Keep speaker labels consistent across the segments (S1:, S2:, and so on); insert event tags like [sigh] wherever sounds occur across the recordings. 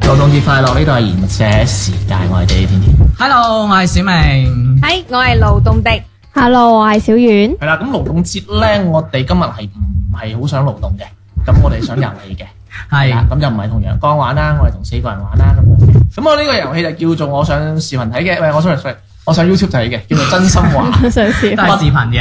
S1: 勞動節快樂！呢度係賢者時間，我係地天天。
S2: Hello，我係小明。
S3: 係，我係勞動迪，
S4: Hello，我係小遠。
S1: 係啦，咁勞動節咧，我哋今日係唔係好想勞動嘅？咁我哋想遊戲嘅，
S2: 係
S1: 啦，咁就唔 [laughs] 係同陽光玩啦，我哋同四個人玩啦咁樣嘅。咁我呢個遊戲就叫做我想視頻睇嘅，喂，我想我想 YouTube 睇嘅，叫做真心話。
S4: 想試
S2: 都係視頻
S1: [laughs]
S2: 嘅，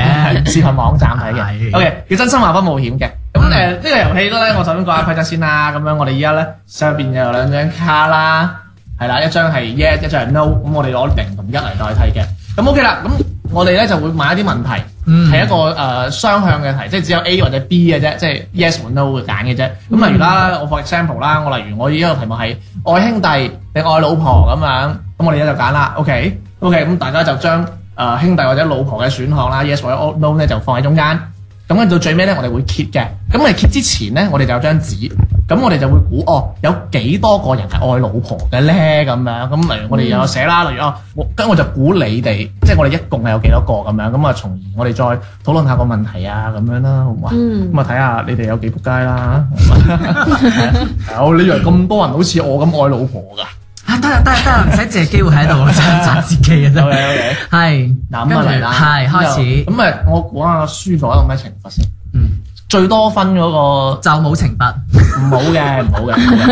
S1: 視頻網站睇嘅。
S2: 係
S1: O.K. 叫真心話不冒險嘅。咁誒呢個遊戲咧，我首先講下規則先啦。咁樣我哋依家咧上邊有兩張卡啦，係啦，一張係 yes，一張係 no。咁我哋攞零同一嚟代替嘅。咁 O.K. 啦，咁我哋咧就會買一啲問題，係、
S2: 嗯
S1: 一個誒、呃雙向嘅題，即係只有 A 或者 B 嘅啫，即係 yes 或 no 會揀嘅啫。咁例如啦，我 for example 啦，我例如我依個題目係愛兄弟定愛老婆咁樣，咁我哋而家就揀啦。OK OK，咁大家就將誒、呃兄弟或者老婆嘅選項啦，yes 或者 no 咧就放喺中間。咁跟住到最尾咧，我哋會揭嘅。咁我哋揭之前咧，我哋就有張紙，咁我哋就會估哦，有幾多個人係愛老婆嘅咧咁樣。咁例如我哋又有寫啦，例如哦，我跟住我就估你哋，即係我哋一共係有幾多個咁樣。咁啊，從而我哋再討論下個問題啊，咁樣啦，好唔好啊？
S3: 嗯
S1: 咁啊，睇下你哋有幾仆街啦。啊 [laughs] 有你以為咁多人好似我咁愛老婆㗎？
S2: 啊得啦得啦得 [laughs] 啦，唔使借機會喺 [laughs] 度真係砸自己嘅啫。
S1: OK，OK
S2: 係
S1: 嗱咁啊嚟啦，
S2: 係開始
S1: 咁啊，我估下輸咗有咩懲罰先？
S2: 嗯
S1: 最多分嗰個。
S2: 就冇懲罰。
S1: 唔好嘅，唔好嘅。唔好 [laughs] 嘅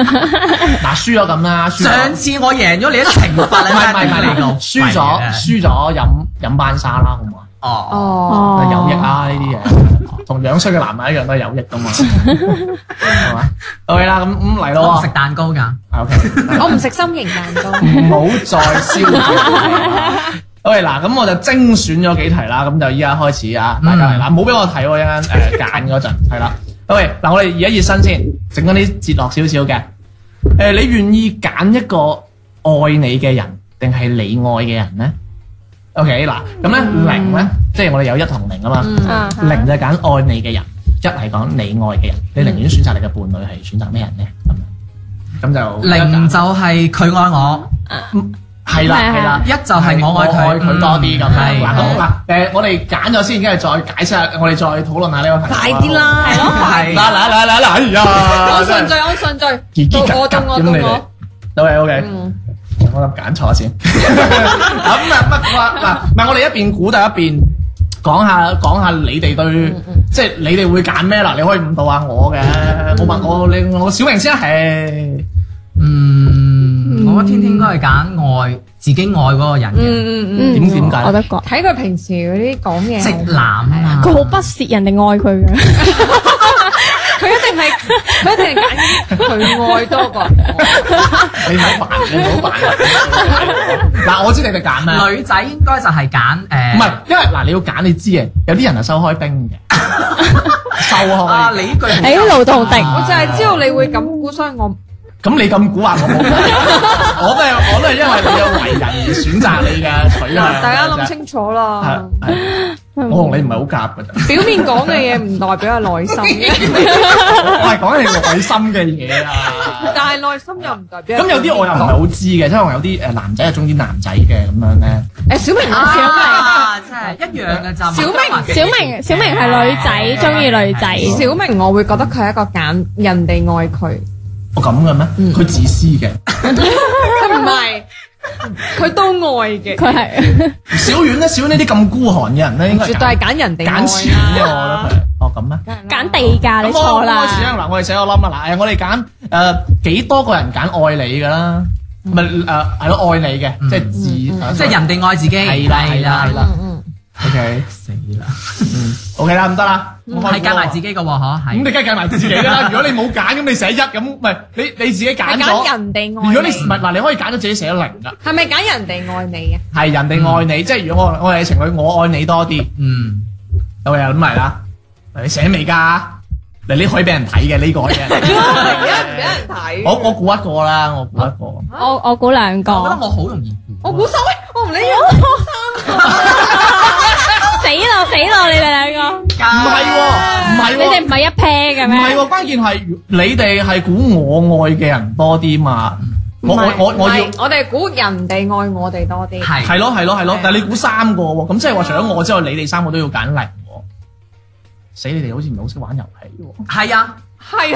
S1: 嗱，輸咗咁啦，輸
S2: 上
S1: 咗。
S2: 次我贏咗你一懲罰 [laughs]
S1: 唔
S2: 你
S1: 係唔
S2: 真
S1: 係唔
S2: 係嚟
S1: 係
S2: 到，
S1: 輸咗輸咗飲飲班沙啦，好唔好啊？
S2: 哦，
S3: 哦，
S4: 哦，
S1: 有益啊呢啲嘢，同樣衰嘅男人一樣都係有益噶 [laughs] 嘛，係嘛？OK 啦，咁咁嚟
S2: 我唔
S1: 咯
S2: 食蛋糕㗎。
S1: 喎，OK，
S3: 我唔食心形蛋糕，
S1: 唔好再燒自己。OK 嗱，咁我就精選咗幾題啦，咁就依家開始啊，大家嚟啦，唔好俾我睇喎，一陣誒揀嗰陣係啦。OK 嗱，我哋而家熱身先，整緊啲節落少少嘅。誒、你願意揀一個愛你嘅人，定係你愛嘅人咧？OK，嗱，咁咧零咧，即係我哋有一同零啊嘛。
S4: 啊哈
S1: 零就係揀愛你嘅人，一係講你愛嘅人。你寧願選擇你嘅伴侶係選擇咩人咧？咁樣咁就
S2: 零就係佢愛我，
S1: 係啦，係啦
S2: 一。就係我愛佢，
S1: 愛佢多啲咁樣。
S2: 係
S1: 嗱咁嗱誒，我哋揀咗先，跟住再解釋下，我哋再討論下呢個題。
S3: 快啲！啦，係咯，
S1: 嗱
S2: 係
S1: 嗱嗱嗱嗱，哎呀！
S3: 我順序，我順序，
S1: 真係
S3: 到我到我到我。
S1: 到你 OK，
S3: 嗯
S1: 我諗揀錯先。咁啊乜話嗱？唔係我哋一邊估就一邊講下講下你哋對，即係你哋會揀咩啦？你可以誤導下我嘅。我問我你我小明先啊，係
S2: 嗯，我天天應該係揀愛自己愛嗰個人嘅，
S3: 嗯嗯嗯，
S4: 嗯
S1: 點點解
S4: 我都覺
S3: 睇佢平時嗰啲講嘢，
S2: 直男啊，
S4: 佢好不屑人哋愛佢嘅。
S3: 佢一定係佢一定係揀佢愛多過我，
S1: 你唔好扮，你唔好扮。嗱，我知你哋揀咩。
S2: 女仔應該就係揀誒，
S3: 嗯
S1: 唔係，因為嗱，你要揀，你知嘅，有啲人係收開兵嘅，
S3: [laughs]
S1: 收
S2: 啊，
S1: 開
S2: 你呢句
S4: 誒，勞動迪，
S3: 我就係知道你會咁估，所以我
S1: 咁你咁估話我冇，
S3: [laughs]
S1: 我都係我都係因為你嘅為人而選擇你嘅取向。
S3: 啊大家諗清楚嗯啦
S1: 係。係我同你唔係好夾㗎咋，
S3: 表面講嘅嘢唔代表係內心
S1: [laughs]
S3: 嘅，
S1: 我係講你內心嘅嘢啊。
S3: 但係內心又唔代表係
S1: 咁有啲我又唔係好知嘅，即係我有啲誒男仔係中意男仔嘅咁樣咧。
S3: 誒小明啊小明。
S2: 啊，真係一樣嘅咋，
S3: 小明
S4: 小明，小明係女仔，中意女仔。
S3: 小明，我會覺得佢係一個揀人哋愛佢，
S1: 我哦咁嘅咩？
S3: 嗯
S1: 佢自私嘅。
S3: 佢唔係，佢都愛嘅，
S4: 佢係
S1: 小遠咧，小遠呢啲咁孤寒嘅人咧，應該
S3: 絕對係揀人哋愛啊
S1: 揀錢嘅，我覺得佢。哦咁咩？
S4: 揀地價，你
S1: 咁我
S4: 錯啦
S1: 開。始啦，嗱，我哋寫個冧啦，嗱，誒，我哋揀誒幾多個人揀愛你㗎啦，咪誒係咯，愛你嘅，即係自
S2: 即係人哋愛自己，
S1: 係啦係啦係啦， OK，
S2: 死啦！
S1: 嗯，OK 啦，咁得啦，冇法
S2: 係
S1: 估啦
S2: 計埋自己嘅喎，嗬，
S1: 咁你
S2: 係。
S1: 梗係計埋自己啦。如果你冇揀，咁你寫一咁，唔係你你自己揀
S3: 係
S1: 咗
S3: 揀。人哋
S1: 如果
S3: 愛
S1: 你
S3: 你，
S1: 唔係嗱，你可以揀咗自己寫零噶，
S3: 係咪揀人哋愛
S1: [laughs]
S3: 你啊？
S1: 係人哋愛你，即係如果我我係情侶，我愛你多啲，
S2: 嗯，
S1: 有嘅諗埋啦。你寫未㗎？嗱，呢可以俾人睇嘅呢個嘅。
S3: 人睇
S1: 我我估一個啦，我估一個。
S4: 我我估兩
S3: [laughs]
S2: 我覺得
S4: 個，
S2: 我好容易估。
S3: 我估三，喂我唔理你，
S4: 死咯死咯！你哋兩個，
S1: 唔係喎，唔係
S4: 你哋
S1: 喎
S4: 唔，係一 pair 嘅
S1: 唔係
S4: 咩？
S1: 喎。關鍵係你哋係估我愛嘅人多啲嘛？我我我我要
S3: 唔係我哋估人哋愛我哋多啲。
S2: 係。
S1: 係咯係咯係咯
S3: 係，
S1: 但係你估三個喎，咁即係話除咗我之外，你哋三個都要揀零喎。死你哋好似唔係好識玩遊戲喎，
S2: 係啊，
S3: 係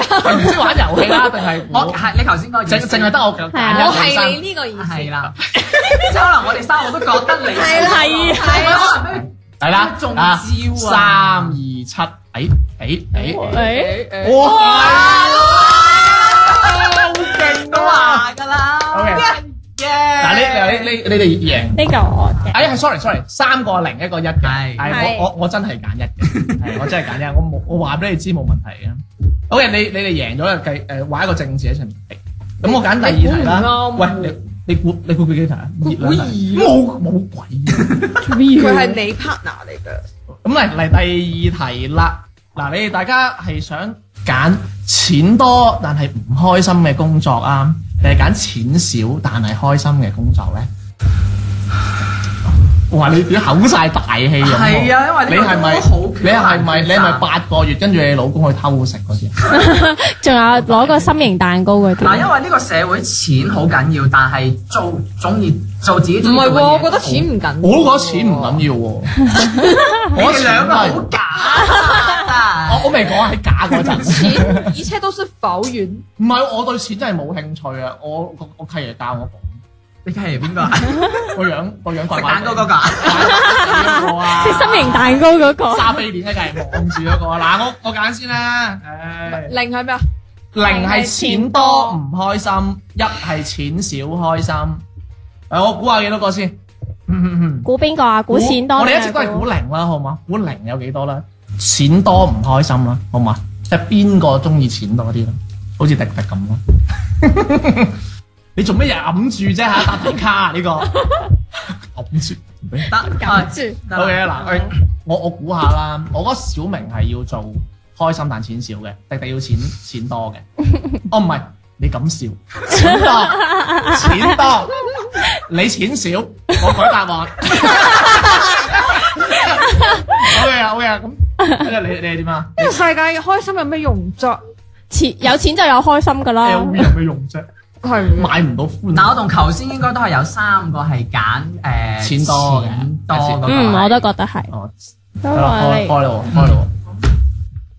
S1: [laughs]
S3: 啊，
S1: 係唔識玩遊戲啦，定係
S2: 我
S1: 我
S2: 係你頭先嗰個意思
S1: 淨淨係得我揀
S4: 係啊
S3: 我
S1: 一個
S3: 係
S1: 女
S3: 你呢個意思。
S1: [laughs]
S2: 係啦，即係可能我哋三個都覺得你
S3: 係啦
S4: 係
S2: 係
S3: 係啊
S2: 可能俾
S1: 生，係啦，
S2: 中
S1: 啊
S2: 招
S1: 三
S2: 啊
S1: 二七，哎哎哎，
S4: 誒，
S1: 哇，好勁
S2: 都
S1: 啊
S2: 話㗎啦。
S1: ！OK，嗱你你你你哋贏。
S4: 呢個我嘅，
S1: 哎，係 sorry sorry，三個零一個一嘅，
S2: 係
S1: 係我我我真係揀一嘅，係我真係揀一，我冇我話俾你知冇問題嘅。好嘅，你你哋贏咗就計誒畫一個正字喺上面。咁我揀第二題啦。
S3: 你估唔啱
S1: 喂，你你估你估幾多題啊？
S2: 估
S1: 熱兩題
S2: 二
S1: 冇冇鬼啊！
S3: 佢係你 partner 嚟嘅。
S1: 咁嚟嚟第二題啦。嗱，你哋大家係想揀錢多但係唔開心嘅工作啊，定係揀錢少但係開心嘅工作咧？哇！你你口晒大氣咁喎
S2: 係啊因為
S1: 你
S2: 呢個
S1: 係咪
S2: 都好
S1: 你係咪
S2: 決
S1: 你
S2: 定
S1: 係咪八個月跟住你老公去偷食嗰啲啊？
S4: 仲有攞個心形蛋糕嗰
S2: 嗱，因
S4: 啲，
S2: 為呢個社會錢好緊要，但係做中意做自己
S3: 唔
S2: 中意做
S3: 係
S2: 嘅
S3: 喎，
S2: 嘢
S3: 我覺得錢唔緊要。
S1: 我都覺得錢唔緊要喎，
S2: 好 [laughs]
S1: 我
S2: 你哋
S1: 錢
S2: 兩個
S1: 係
S2: 好假
S1: [laughs]
S2: 啊！
S1: 我我未講係假嗰陣，
S3: 錢，一切都是否遠。
S1: 唔係我對錢真係冇興趣啊！我我我契爺教我講
S2: 你係邊個啊？
S1: 個樣個樣怪
S2: 食
S1: 怪
S2: 蛋
S1: 地
S2: 糕嗰個啊？
S1: [laughs] 我啊
S4: 食心形蛋糕嗰個，
S1: 沙飛鏈咧，就係望住嗰個。嗱，我我揀先啦。唉，
S3: 零係咩啊？
S1: 零係錢多唔開心，一係錢少開心。誒，我估下幾多個先？嗯嗯嗯
S4: 估邊個啊？估錢多
S1: 我
S4: 定
S1: 哋
S4: 係
S1: 一直都係估零啦，好嘛？估零有幾多啦？錢多唔開心啦，好嘛？即係邊個中意錢多啲啦？好似迪迪咁咯。
S4: [laughs]
S1: 你做咩日揞住啫嚇？打題卡啊呢個 [laughs] 揞住。
S2: 得，哎
S3: 住
S2: 得啦
S1: O K 嗱，誒我我估下啦，我覺得小明係要做開心但錢少嘅，迪迪要錢錢多
S2: [laughs]
S1: 嘅。哦，唔係，你咁笑，錢多，錢多，你錢少，我改答
S2: [laughs]
S1: 案。O K 啊，O K 啊，咁你你係點啊？
S3: 呢個世界開心有咩用啫？
S4: 錢有錢就有開心噶啦，
S1: L V 有咩用啫？
S3: 係唔
S1: 買唔到歡
S2: 嗱，我
S1: 樂。
S2: 同頭先應該都係有三個係揀誒
S1: 錢多嘅
S2: 錢多嗰個啊
S4: 嗯，我都覺得係，
S1: 哦，
S4: 因
S1: 得啦，開
S4: 為
S1: 開咯，開咯。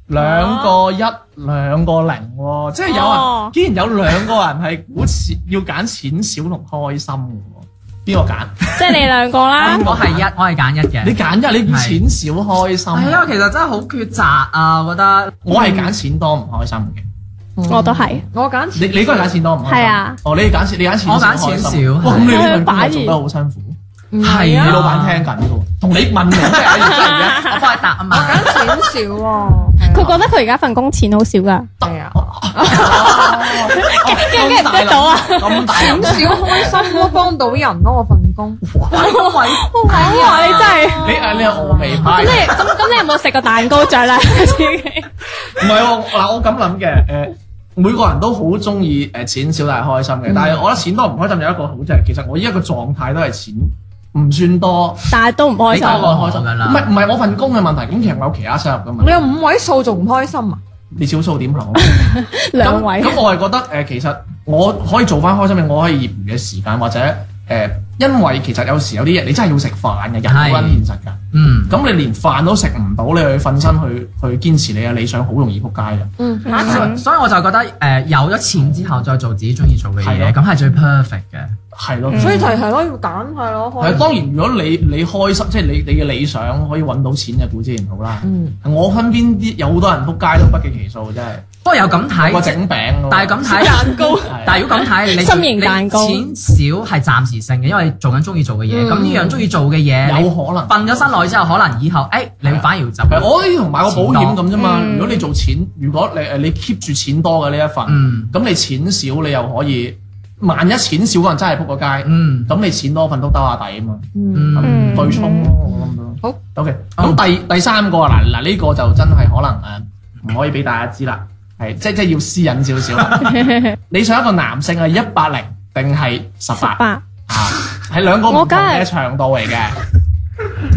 S1: 兩個一，
S2: 哦
S1: 兩個零喎，即係有人
S4: 哦，
S1: 竟然有兩個人係估錢要揀錢少同開心嘅喎，邊
S2: [laughs]
S1: 個揀？
S4: 即係你兩
S1: [laughs]
S4: 個啦，
S2: 我係一，我係揀一
S1: 你
S2: 嘅。
S1: 揀一，你
S2: 係
S1: 錢少開心。啊
S2: 係因啊為其實真係好抉擇啊，我覺得。
S1: 我係揀錢多唔開心嘅。
S4: 我都係，
S3: 我揀錢
S1: 你你應該係揀錢多唔開心。
S4: 係啊。
S1: 哦，你揀錢，你揀錢
S2: 我揀
S1: 少開
S2: 錢
S1: 心。
S2: 少
S1: 哇，咁你呢份工
S4: 反
S1: 作
S4: 而
S1: 做得好辛苦。
S3: 唔
S2: 係
S1: 你
S2: 啊
S1: 老闆聽緊嘅喎，同你問
S2: [laughs]
S1: 我真係有啲唔一樣
S2: 我幫你答啊嘛。
S3: 揀錢少喎。
S4: 佢覺得佢而家份工錢好
S1: [laughs]
S4: 少噶，
S3: 係啊，
S4: 驚唔驚唔得到啊？
S1: 咁大
S3: 錢少開心咯，幫到人 [laughs] 咯，我份工。
S2: 喂，
S4: 好啊，你真係
S1: 你誒你係峨眉
S4: 咁
S1: 派。
S4: 你咁咁你有冇食過蛋糕
S1: [laughs]
S4: 獎咧？自己
S1: 唔係喎，嗱我咁諗嘅，誒、每個人都好中意誒錢少但係開
S4: 嗯
S1: 心嘅，但係我覺得錢多唔開心有一個好就係，其實我依家個狀態都係錢唔算多，
S4: 但係都唔開
S2: 你
S4: 心
S2: 就。
S1: 我開心
S2: 㗎啦
S1: 唔係唔係我份工嘅問題，咁其實我有其他收入㗎嘛
S3: 你，有五位數仲唔開心啊？
S1: 你少數
S4: [laughs]
S1: 點行？
S4: 兩位 [laughs]
S1: 咁咁我係覺得誒、其實我可以做翻開心嘅，我可以業餘嘅時間或者誒、因為其實有時有啲嘢你真係要食飯嘅，人好撚現實㗎。
S2: 嗯，
S1: 咁你連飯都食唔到，你去瞓身去去堅持你嘅理想，好容易撲街嘅。
S3: 嗯，
S2: 所以所以我就覺得誒有咗錢之後再做自己中意做嘅嘢，
S1: 係咯
S2: 咁係最 perfect 嘅。
S1: 係
S4: 嗯
S1: 咯，
S3: 所以就係咯，要揀係咯，開
S1: 係
S3: 心
S1: 當然，如果你你開心，即係你你嘅理想可以揾到錢嘅，固之然好啦。
S3: 嗯
S1: 我身邊啲有好多人撲街都不計其數，真係。
S2: 不過又咁睇，
S1: 個整餅喎，
S2: 但係咁睇
S4: 蛋糕
S1: 係
S2: 但係如果咁睇，你
S4: 心形蛋糕
S2: 你錢少係暫時性嘅，因為你做緊中意做嘅嘢。咁呢樣中意做嘅嘢，
S1: 嗯
S2: 你
S1: 有可能
S2: 瞓咗身耐之後，可能以後誒你會反而就
S1: 係我呢同哎買個保險咁啫嘛。
S4: 嗯
S1: 如果你做錢，如果你呃誒你 keep 住錢多嘅呢一份，
S2: 嗯
S1: 咁你錢少你又可以，萬一錢少嗰人真係撲個街，
S2: 嗯
S1: 咁你錢多份都兜下底啊嘛，
S2: 嗯
S4: 嗯
S1: 對沖咯，我諗到。
S3: 好
S1: ，OK。咁第第三個啊嗱嗱呢個就真係可能呃誒唔可以俾大家知啦，係即即要私隱少
S4: [laughs]
S1: 少啦。你想一個男性係一八零定係十八
S4: 八，
S1: 啊？係兩個唔
S4: 我
S1: 同
S4: 梗係
S1: 嘅長度嚟嘅，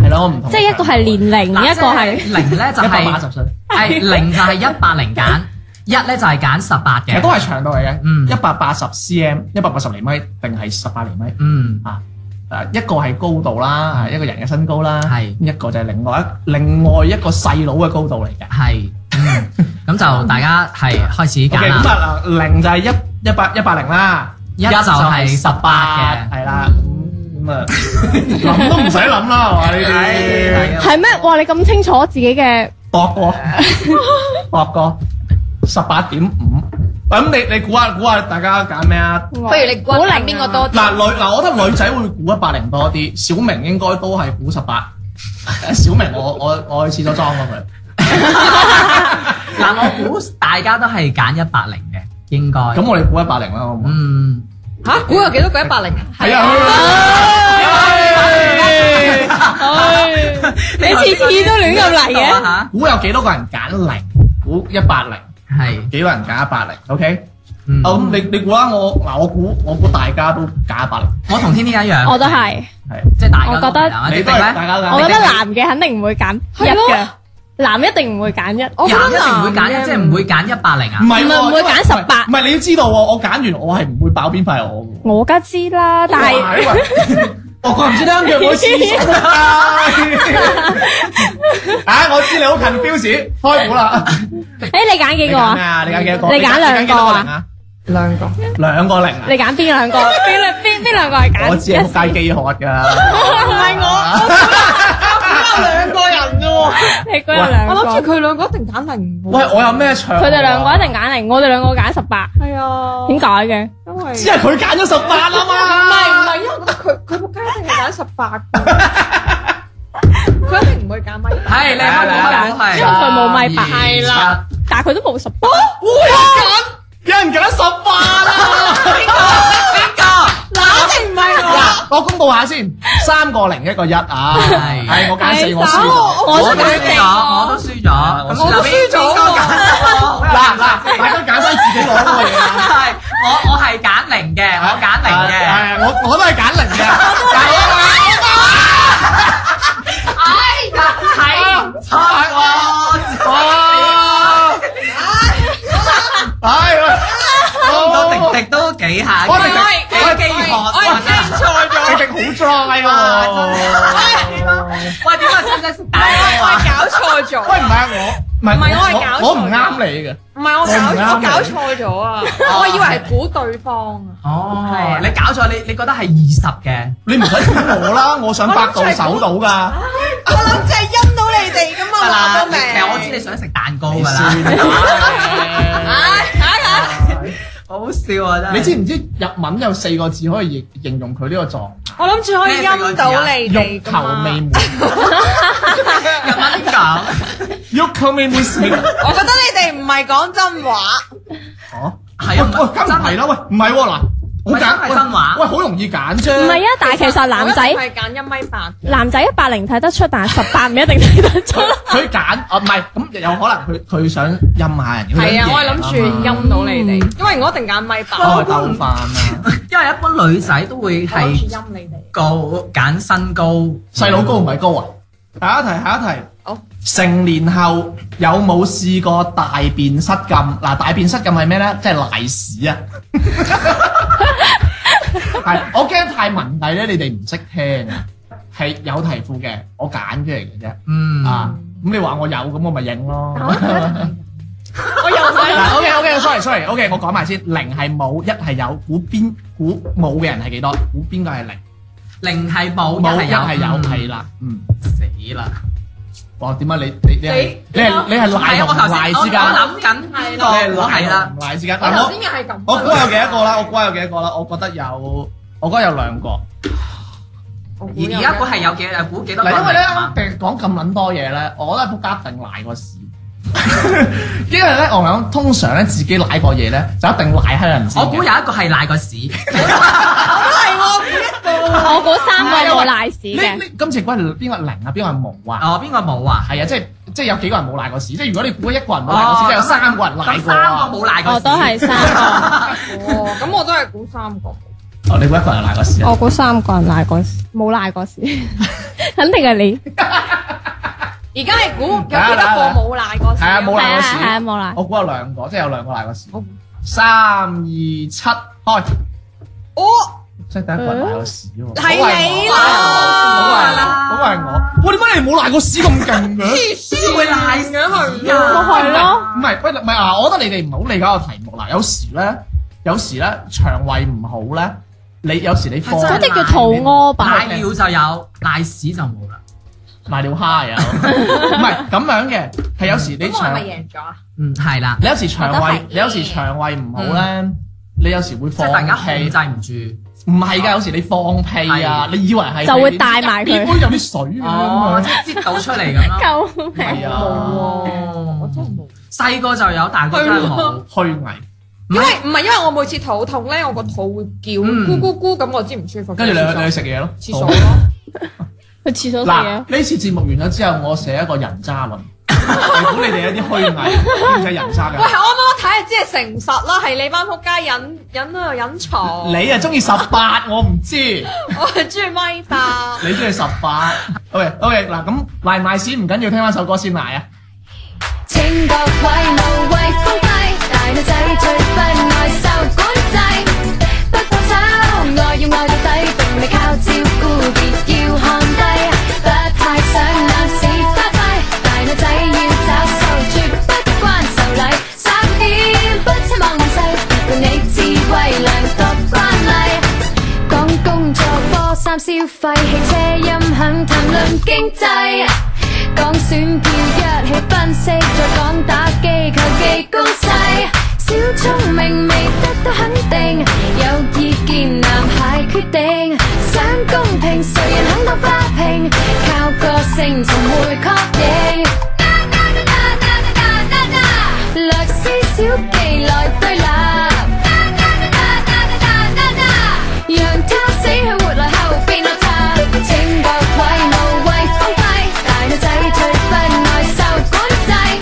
S1: 係兩個唔
S4: [laughs]
S1: 同嘅長度嚟嘅。
S4: 即係一個係年齡，一個係
S2: 零咧就
S1: 一百八
S2: 係
S1: 十歲。
S2: 係零就係一百零揀，一咧就係揀十八
S1: 其實
S2: 嘅
S1: 都。係長度嚟
S2: 嗯
S1: 嘅，一百八十 cm，一百八十厘米定係十八厘米
S2: 嗯，
S1: 啊？誒一個係高度啦，啊一個人嘅身高啦，
S2: 係
S1: 一個就係另外一另外一個細佬嘅高度嚟嘅。
S2: 係。嗯咁就大家係開始
S1: OK，
S2: 揀
S1: 咁
S2: 啦。
S1: 啊零就係一一百一百零啦，
S2: 一就係18嘅
S1: 係啦。咁 [laughs] 啊，諗都唔使諗啦，係嘛呢啲
S2: 係啊
S4: 係咩？哇！你咁清楚自己嘅，
S1: 度過度過十八點五。喂咁你你估下估下大家揀咩啊？
S4: 不
S3: 不如你估下邊個
S1: [laughs]
S3: 多啲？
S1: 嗱女嗱，我覺得女仔會估一百零多啲，小明應該都係估十 [laughs] 八。小明我我我去廁所裝過佢，
S2: 嗱，我估大家都係揀一百零嘅，應該。
S1: 咁我哋估一百零啦，好
S2: Ừ.
S1: 唔好？
S2: 嗯，
S3: 嚇，估有幾多個一百零？
S1: 係 à. 啊，
S4: 你次次都亂咁嚟嘅，
S2: 嚇，
S1: 估有幾多個人揀零？估一百零，
S2: 係。
S1: 幾多人揀一百零？OK，
S2: 嗯
S1: 好咁你你估下我嗱，我估我估大家都揀一百零，
S2: 我同天天一樣，
S4: 我都係，
S1: 係
S2: 即係大家
S4: 我覺得
S2: 係嘛
S1: 你
S2: 迪
S1: 都
S2: 迪
S1: 係
S2: 咧
S1: 大，家都
S4: 我
S1: 揀
S4: 覺
S1: 零。
S4: 得男嘅肯定唔會揀一
S3: 係咯
S4: 嘅，男一定唔會揀一。
S3: 我覺
S2: 人
S3: 得
S2: 一定唔會
S3: 男
S2: 揀
S3: 嘅
S2: 一，即係唔會揀一百零啊
S1: 唔。係
S4: 唔
S1: 喎
S4: 係唔會
S1: 因為
S4: 揀18
S1: 唔係你要知道喎，我揀完我係唔會爆邊塊我嘅喎。
S4: 我梗知啦，但係
S1: 哇喂 [laughs] 我怪唔知啦，約我去廁
S4: [laughs]
S1: 所啊！啊，我知你好 confuse，開估啦。
S4: 誒，你揀幾
S1: 你
S4: 個
S1: 揀咩
S4: 啊？
S1: 啊？你揀幾多個？
S4: 你揀兩個啊
S3: 兩個。
S1: 你揀幾多個零啊？兩個零啊
S4: 你！揀邊兩個？邊兩邊邊兩個係揀？
S1: 我知你仆街飢渴㗎。
S4: 唔係我，
S3: 兩個人啫喎，
S4: 你嗰有兩
S3: 我諗
S4: 個。
S3: 住佢兩個一定揀零喎。
S1: 喂，我有咩唱？
S4: 佢哋兩個一定揀零，我哋兩個揀十八，
S3: 係啊，
S4: 點解嘅？
S3: 因為
S1: 只係佢揀咗十八啊
S3: 唔係唔
S1: 嘛。
S3: 係，因為我覺得佢佢仆街一定係揀十 [laughs] 八佢一定唔會揀米。
S2: 係你開估開
S4: 因為
S2: 係。
S4: 佢冇米八，
S2: 係啦，
S4: 但係佢都冇十八。
S1: 有人揀十八啊！
S3: 嗱，一定唔係我。
S1: 嗱，我公佈下先，三個零一個一啊！
S2: 係
S1: 係我揀
S4: 係
S1: 四，我輸
S4: 三
S1: 咗。
S2: 我
S4: 哦我
S2: 都
S4: 都揀
S2: 輸
S4: 四
S2: 咗，
S4: 個
S2: 我都輸咗，
S1: 我
S2: 咁
S1: 都
S2: 輸咗
S1: 嗱嗱，大家揀翻自己攞嗰個嘢啊！
S2: 係我我係揀零嘅，我揀零嘅，
S1: 係我我都係揀零嘅。我
S2: 係
S1: 都係係哇！唉，
S2: 我迪迪都幾下，
S1: 我
S2: 幾
S1: 哋
S2: 幾飢渴，哇真係
S1: 錯咗，迪迪好 dry 喎。
S2: 喂點解使唔使食蛋糕啊？
S3: 搞錯咗
S1: 喂，唔係啊我。唔係，我唔啱你嘅，
S3: 唔係
S1: 我唔
S3: 我搞
S1: 啱
S3: 我
S1: 你
S3: 搞錯咗啊！我以為係估對方啊，
S2: 哦，你搞錯，你你覺得係二十嘅，
S1: 你唔使管我啦，我想百度搜到㗎。
S3: 我諗就係因到你哋噶嘛，話到明。
S2: 其實我知你想食蛋糕㗎
S1: 你
S2: 啦，
S3: 唉，
S2: 好笑啊真係。
S1: 你知唔知日文有四個字可以形形容佢呢個狀
S3: 我諗住可以因到你
S1: 態？欲
S3: 哋㗎
S1: 求
S3: 嘛
S1: 未滿，
S2: 日文咁？
S1: 欲求未滿是
S3: 我覺得你哋唔係講真話，
S1: 哦。
S2: 係
S1: 喂，梗唔係啦，喂，唔係喎嗱，我
S2: 咪
S1: 揀
S2: 真係真話
S1: 喂，喂好容易揀啫。
S4: 唔係啊，但係其實男
S3: 我一定
S4: 仔
S3: 係揀一米八。
S4: 男仔一百零睇得出，但係十八唔一定睇得出。
S1: 佢揀啊，唔係咁有可能佢佢想陰下人，
S3: 係啊，我係
S1: 係
S3: 諗住陰到你
S4: 嗯
S3: 哋，因為我一定揀米八，
S1: 我
S3: 我
S1: 係鬥飯啊，
S2: 因為一般女仔都會
S3: 諗住
S2: 係
S3: 陰你哋。
S2: 高揀身高，
S1: 細佬高唔係高啊？下一題，下一題。
S3: 好
S1: 成年後有冇試過大便失禁？嗱，大便失禁係咩咧？即係賴屎啊！係，我驚太文藝咧，你哋唔識聽啊。係有題庫嘅，我揀出嚟嘅啫。
S2: 嗯
S1: 啊，咁你話我有，咁我咪
S2: [laughs]
S1: 認咯。
S3: 我又係
S1: 嗱，OK OK sorry sorry OK，我講埋先，零係冇，一係有，估邊估冇嘅人係幾多？估邊個係零？
S2: 零係冇，
S1: 冇
S2: 一係
S1: 一係有，
S2: 有，
S1: 係啦，嗯，
S2: 死啦！
S1: 哇！點解你你你係你係你係賴
S2: 係啊
S1: 同
S2: 我頭
S1: 賴
S2: 先我
S1: 之間，
S2: 我諗緊係
S1: 你係
S2: 咯，我
S1: 賴
S2: 係啦
S1: 同。賴之間。
S3: 我
S1: 但
S3: 頭
S1: 我
S3: 先又係咁。
S1: 我估有幾多個啦？我估有幾多個啦？我覺得有，我覺得有兩個。
S3: 我估
S2: 而
S3: 有
S2: 而家估係有幾誒估幾多個
S1: 嗱，
S2: 人
S1: 因為咧
S2: 係啊嘛，
S1: 定講咁撚多嘢咧，我覺得仆街一定賴過屎。 [laughs] 因為咧，我諗通常咧自己賴過嘢咧，就一定賴喺人先
S2: 我估
S1: 嘅
S2: 有一個係賴個屎，
S4: [laughs] 我嗰三個冇賴屎
S1: 你
S4: 嘅，
S1: 你今次估係邊個係零啊？邊個係無啊？
S2: 哦邊個冇啊？
S1: 係啊，即係即係有幾個人冇賴過屎。即係如果你估一個人冇賴過屎，即係有三個人賴
S2: 咁
S1: 過
S2: 三
S1: 啊
S2: 個。冇賴過屎，
S4: 我都係三個，
S3: 哦，咁我都係估三個。
S1: 哦，你估一個人賴過屎啊？
S4: 我嗰三個人賴過屎，冇賴過屎， [laughs] 肯定係你。
S3: 而家係估
S1: 嗯
S3: 有幾多個冇賴過屎？
S1: 係啊，冇
S4: 係
S1: 賴過
S4: 啊
S1: 屎
S4: 係。啊，冇賴。
S1: 我估有兩個，即係有兩個賴過屎
S3: 我。
S1: 三二七開，
S3: 我
S1: 即係第一個人賴過屎喎。
S3: 係你啦
S1: 嗰個係我，我點解你冇賴過屎咁勁 [laughs] 嘅？
S2: 邊會賴屎
S1: Dạ.
S4: 咪
S2: 啊？
S4: 係咯，
S1: 唔係，喂，唔係啊！我覺得你哋唔好理解個題目啦。有時咧，有時咧腸胃唔好咧，你有時你放
S4: 嗰
S2: 真係
S4: 啲叫肚屙吧？
S2: 賴尿就有，賴屎就冇啦。
S1: 埋尿蝦啊，唔係咁樣嘅，係有時你
S3: 咁我係咪
S1: 腸，
S3: 贏咗啊？
S2: 嗯，係啦，
S1: 你有時腸
S4: 我覺
S1: 胃
S4: 得係，
S1: 你有時腸胃唔好咧，你有時會
S2: 即
S1: 放
S2: 係大家
S1: 屁。
S2: 控制唔
S1: 唔係㗎，有時你放屁啊，你以為係
S4: 就會帶埋佢
S1: 你杯有啲水
S2: 住，
S1: 啊
S2: 哦
S1: 咁，樣。
S2: 即係擠到出嚟咁
S1: [laughs]
S2: 咯。
S4: 救命！
S1: 係啊，
S2: 哦
S3: 我真係冇，
S2: 細個就有，大個真係冇。
S1: 虛偽。
S3: 因為唔係因為我每次肚痛咧，我個肚會叫
S2: 嗯
S3: 咕咕咕咁，我知唔舒服。
S1: 跟住你去
S3: 廁所
S1: 你去食嘢咯。
S3: 廁所咯。
S4: 去廁所食
S1: 嗱，
S3: 啊
S4: 嘢。
S1: 呢次節目完咗之後，我寫一個人渣論，我估你哋一啲虛偽，點 [laughs] 解人渣
S3: 喂，我
S1: 㗎？
S3: 啱啱睇就知係誠實啦，係你班仆街隱隱喺度隱藏。
S1: 你啊中意十八，我唔知，
S3: 我係中意咪霸。
S1: 你中意十八。OK OK，嗱咁賴唔賴屎唔緊要，聽翻首歌先賴啊。
S5: 請各位無謂封閉，大女仔最不愛受管制。不過醜，愛要愛到底，並未靠照顧，別要看低。不太想鬧事花費，大女仔要找數，絕不關受禮。三點不奢望運勢，別管你智慧量度慣例。講工作、科三、消費、汽車、音響、談論經濟，講選票、一起分析，再講打機、球技、公勢。小聰明未得到肯定，有意見男孩決定，想公平，誰人肯當花瓶？靠個性尋回確認。略施小技來對立。讓他死去活來後變落差，請各位無謂封閉，大女仔最不愛受管制。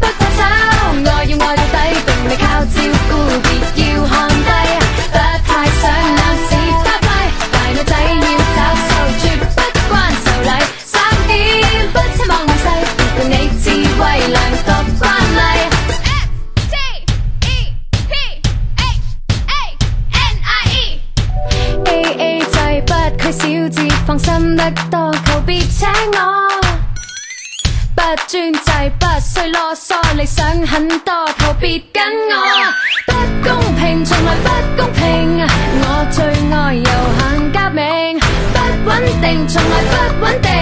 S5: 不過醜，愛要愛到底，並未靠照顧，別要看低。不太想鬧事花費，大女仔要找數，絕不關受禮。三點不奢望運勢，別管你智慧量度慣例。T E P H A N I E。A A 制不拘小節，放心得多，求別請我。不專制，不需囉嗦，理想很多，求別跟我。不公平，從來不公平，我最愛遊行革命。不穩定，從來不穩定，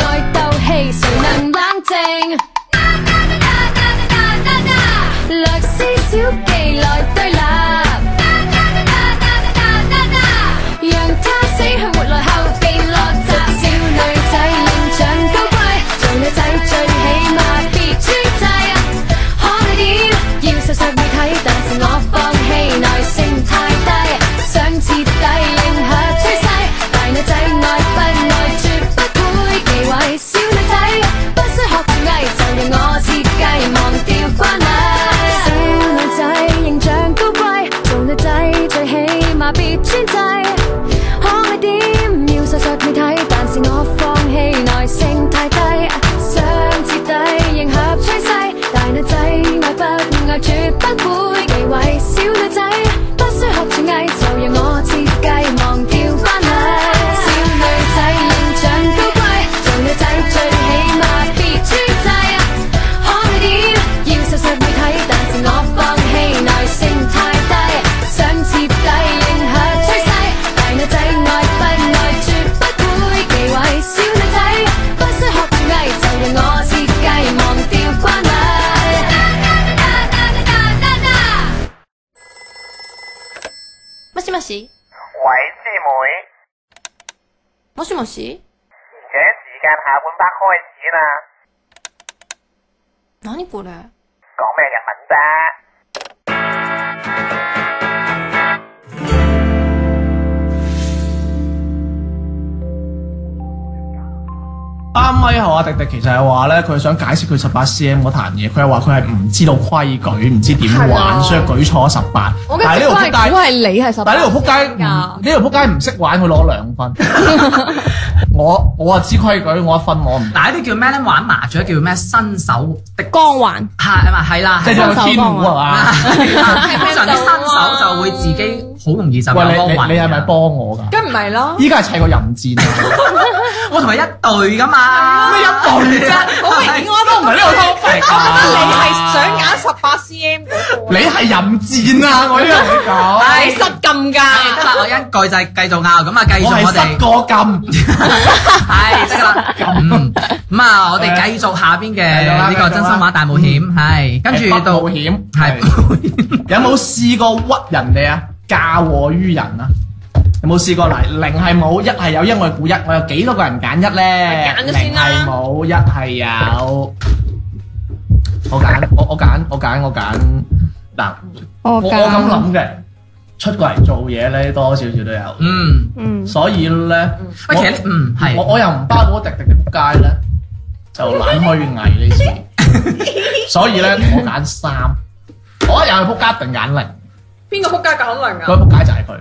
S5: 愛鬥氣，誰能冷靜？略施小技來對立，讓他死去活來後變落閘。小女仔領獎高貴，做女仔最起碼別專制。可愛點要實實會睇，但是我放棄耐性太低，想徹底應下趨勢。大女仔愛不愛絕不
S4: もしもし
S6: 請時間下半 part 開始啦，
S4: 何これ
S6: 講咩日文啫？
S1: 啱咪後阿迪迪其實係話咧，佢想解釋佢十八 cm 嗰壇嘢，佢係話佢係唔知道規矩，唔知點
S3: 係啊
S1: 玩，所以舉錯十八。
S3: 我嘅
S1: 但係
S3: 直
S1: 呢度
S3: 觀
S1: 撲
S3: 係估啊
S1: 街，
S3: 係你係十八
S1: 但係呢度撲
S3: [laughs]
S1: 街唔，嗯
S3: 㗎
S1: 呢度撲街唔識玩，佢攞兩分。
S3: [laughs]
S1: 我我啊知規矩，我一分我唔。
S2: 嗱，呢啲叫咩咧？玩麻雀叫咩？新手的 [laughs] 啊
S4: 光環
S2: 係嘛？係啦，啊
S1: 即係有
S4: 新手
S1: 天
S4: 幫
S1: 胡係嘛？
S2: 通常啲新手就會自己好容易就有
S1: 喂，
S2: 幫
S1: 你
S2: 運
S1: 你你係咪
S2: 㗎
S1: 幫我㗎？
S3: 梗唔係咯。
S1: 依家係砌個淫戰啊！
S2: 我同佢一隊噶嘛，啊
S1: 咩一隊
S2: [laughs]
S1: 啫啊
S2: 好明
S1: 我都唔係呢個 topic 啊！
S4: 揀十八 cm 嗰
S1: 你係淫戰啊！我呢個同你講。
S4: 係失禁
S2: 得
S4: 㗎，
S2: 啦，我一句就係繼續拗，咁啊繼
S1: 我
S2: 續
S1: 係
S2: 我
S1: 失
S2: 哋
S1: 過禁，
S2: 係得啦，咁咁啊，我哋繼續下邊嘅
S1: 繼續啦
S2: 呢個
S1: 繼續啦
S2: 真心話大冒險，係跟住
S1: 係
S2: 到
S1: 不冒險
S2: 係
S1: 係有冇試過屈人哋啊？嫁禍於人啊？有冇試過嗱？零係冇，一係有，因為估一，我有幾多個人揀一咧？
S4: 揀咗先
S1: 零
S4: 啦
S1: 係冇，一係有。我揀，我我揀，我揀，我揀。嗱，
S3: 我
S1: 我我咁諗嘅，出過嚟做嘢咧，多少少都有。
S2: 嗯，
S4: 嗯，
S1: 所以咧，
S2: 喂，其實呢嗯
S1: 我
S2: 係
S1: 我又唔包嗰滴滴嘅仆街咧，就懶虛偽呢次，所以咧我揀三，我一有仆街一定揀零。
S3: 邊個撲街咁能
S1: 嗰？個仆街就係佢，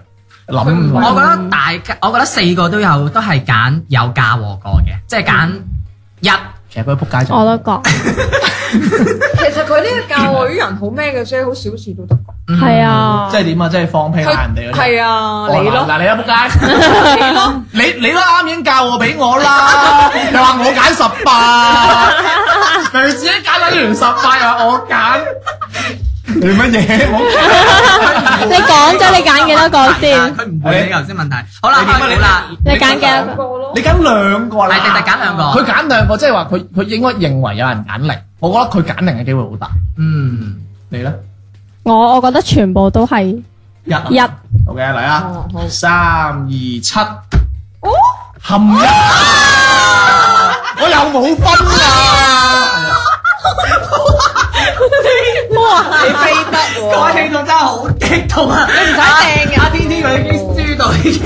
S1: 諗唔
S2: 我
S1: 到
S2: 覺得大家，我覺得四個都有都係揀有嫁和過嘅，即係揀一
S1: 其實佢仆街就
S4: 我都覺
S3: 其實佢呢個教外語人好咩嘅啫，好小事都得。
S2: 嗯
S4: 係啊
S1: 即，係點啊？即係放屁鬧人哋嗰啲。
S3: 係啊，
S1: 我
S3: 你
S1: 鬧
S3: 咯，
S1: 嗱你啊仆街，
S3: 你咯，
S1: 你你都啱已經教我俾我啦，又話我揀十八，明明自己揀咗完十八，又話我揀，你乜嘢？冇
S4: 你講咗你揀幾多個
S2: [laughs]
S4: 先？
S2: 佢唔會你頭先問題。好啦，開估啦，
S4: 你揀幾多個？
S3: 個咯。
S1: 你揀兩個啦，
S2: 係迪迪揀兩個
S1: 佢揀兩個，即係話佢佢應該認為有人揀零，我覺得佢揀零嘅機會好大。
S2: 嗯。
S1: 你咧
S4: 我我覺得全部都係
S1: 一啊
S4: 一，
S1: ，OK 嚟啊
S3: 哦，好
S1: 三二七，含一，我又冇分啊！
S2: 各位聽眾真係好激動啊！你唔使掟嘅，阿天天佢已經輸到已經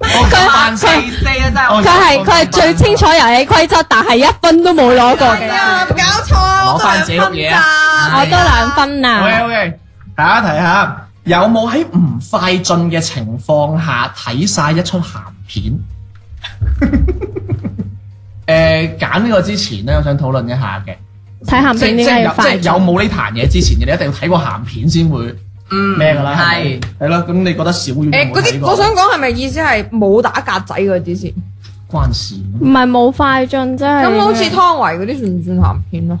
S1: 我
S2: 萬四四啊！真
S4: 佢係
S2: 係
S4: 佢係最清楚遊戲規則，但係一分都冇攞過嘅，
S3: 啊，唔搞錯啊
S1: 攞翻自己碌嘢
S3: 啊！
S4: 我都兩分
S1: ，OK
S4: 啊！
S1: OK，下一題下，有冇喺唔快進嘅情況下睇晒一出鹹
S2: [laughs]
S1: 片？誒，揀呢個之前咧，我想討論一下嘅。
S4: 睇鹹
S1: 即
S4: 片
S1: 即
S4: 點解要
S1: 係有即係
S4: 快
S1: 有冇呢壇嘢之前，你一定要睇過鹹片先會
S2: 嗯
S1: 咩㗎啦，係咪
S2: 係
S1: 係咯。咁你覺得小丸
S3: 誒，
S1: 有
S3: 嗰
S1: 冇睇
S3: 啲
S1: 過？
S3: 我想講係咪意思係冇打格仔嗰啲先？
S1: 關事咩，
S4: 唔係冇快進，即係啊
S3: 咁好似湯唯嗰啲算唔算鹹片啊咯？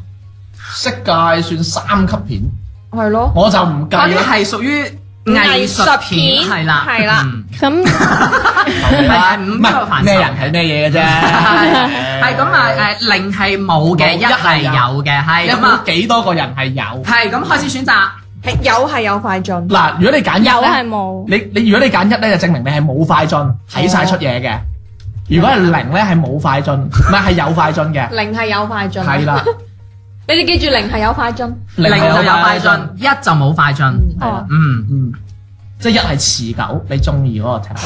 S1: 色戒算三級片，
S3: 係咯，
S1: 我就
S2: 嗰
S1: 唔計
S2: 啲
S1: 啦。
S2: 係屬於藝術片，係啦，
S3: 係啦
S2: 嗯
S4: 咁
S2: 係係五
S1: 唔
S2: 級
S1: 係
S2: 範
S1: 咩
S2: 疇
S1: 人睇咩嘢嘅啫，
S2: [laughs] 係係咁啊！誒，零係冇嘅，
S1: 冇
S2: 一係
S1: 一係
S2: 有嘅，係
S1: 有
S2: 咁
S1: 冇
S2: 啊，
S1: 幾多個人係有？
S2: 係咁開始選擇。
S3: 係有係有快進，
S1: 嗱，如果你揀一
S4: 有係
S1: 咧，
S4: 冇，
S1: 你你如果你揀一咧，就證明你係冇快進睇晒出嘢嘅。如果係零咧，係冇快進，唔係係有快進嘅，
S3: 零係有快進。 [laughs]
S1: 係啦，
S3: 你哋記住零係有快進，
S2: 零就有快進
S1: 係，
S2: 一就冇快進。
S1: 啦。
S2: 嗯，
S1: 嗯，即係一係持久，你中意嗰個 tag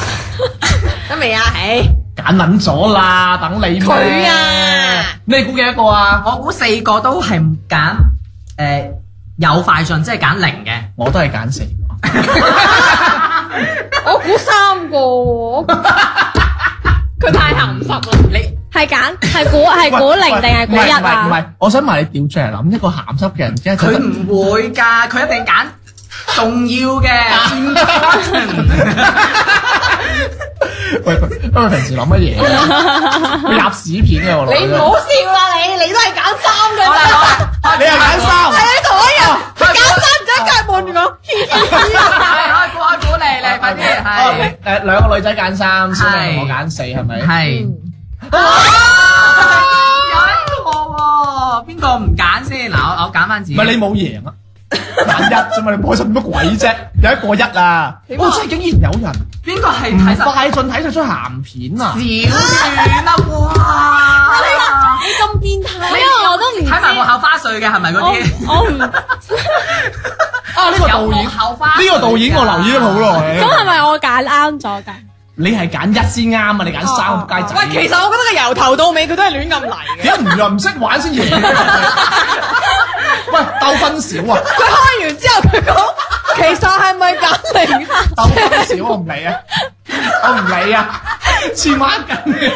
S3: 得未啊？唉，
S1: 揀撚咗啦，等你咩
S3: 佢啊！
S1: 你估幾多個啊？
S2: 我估四個都係揀誒有快進，即係揀零嘅。
S1: 我都係揀四個，
S3: 我估三個喎，佢太鹹濕啦。
S2: 你
S4: 係揀係估係估
S1: 喂
S4: 零定係估
S1: 唔
S4: 一
S1: 唔係唔
S4: 啊？
S1: 係，我想問你調轉嚟諗，一個鹹濕嘅人，即係
S2: 佢唔會㗎，佢一定揀重要嘅。
S1: 喂，佢佢平時諗乜嘢啊？佢入屎片嘅我諗。
S3: 你唔好笑啦，你你都係揀三嘅
S2: 好啦
S3: 啦，
S2: 好啦，
S1: 你係揀三，
S3: 你同我一樣，佢揀三唔使腳望住我，
S2: 開估開估嚟嚟，快啲係
S1: 哦誒兩個女仔揀三，小明
S2: 啊係
S1: 我揀四，係咪？
S3: Ừ.
S2: 係。 [laughs]
S1: 啊
S2: 有一個喎，邊個唔揀先？嗱，我我揀翻自
S1: 唔
S2: 己。
S1: 係你冇贏啊！揀一啫嘛，你播出乜鬼啫？有一個一啊！
S2: 點啊
S1: 哇！真係竟然有人
S2: 邊個係
S1: 唔
S2: 睇晒
S1: 快進睇晒出鹹片啊！
S2: 小段啊？ [laughs] 哇！啊
S3: 你咁變態，
S2: 你
S3: 我都唔知
S2: 睇埋幕後花絮嘅係咪嗰
S3: 我
S2: 啲？
S3: 我唔
S1: 啊！呢個導
S2: 有幕
S1: 演，
S2: 後花絮啊
S1: 呢個導演我留意咗好耐。
S4: 咁係咪我揀啱咗㗎？ [laughs]
S1: 你係揀一先啱啊！你揀三
S2: 哦
S1: 個街仔。
S7: 喂，其實我覺得佢由頭到尾佢都係亂咁嚟嘅。
S1: 點解唔又唔識玩先贏？喂，鬥分少
S2: [laughs]
S1: 啊！
S7: 佢開完之後佢講，其實係咪揀你？
S1: 鬥分少我唔理啊！我唔理啊！黐孖筋，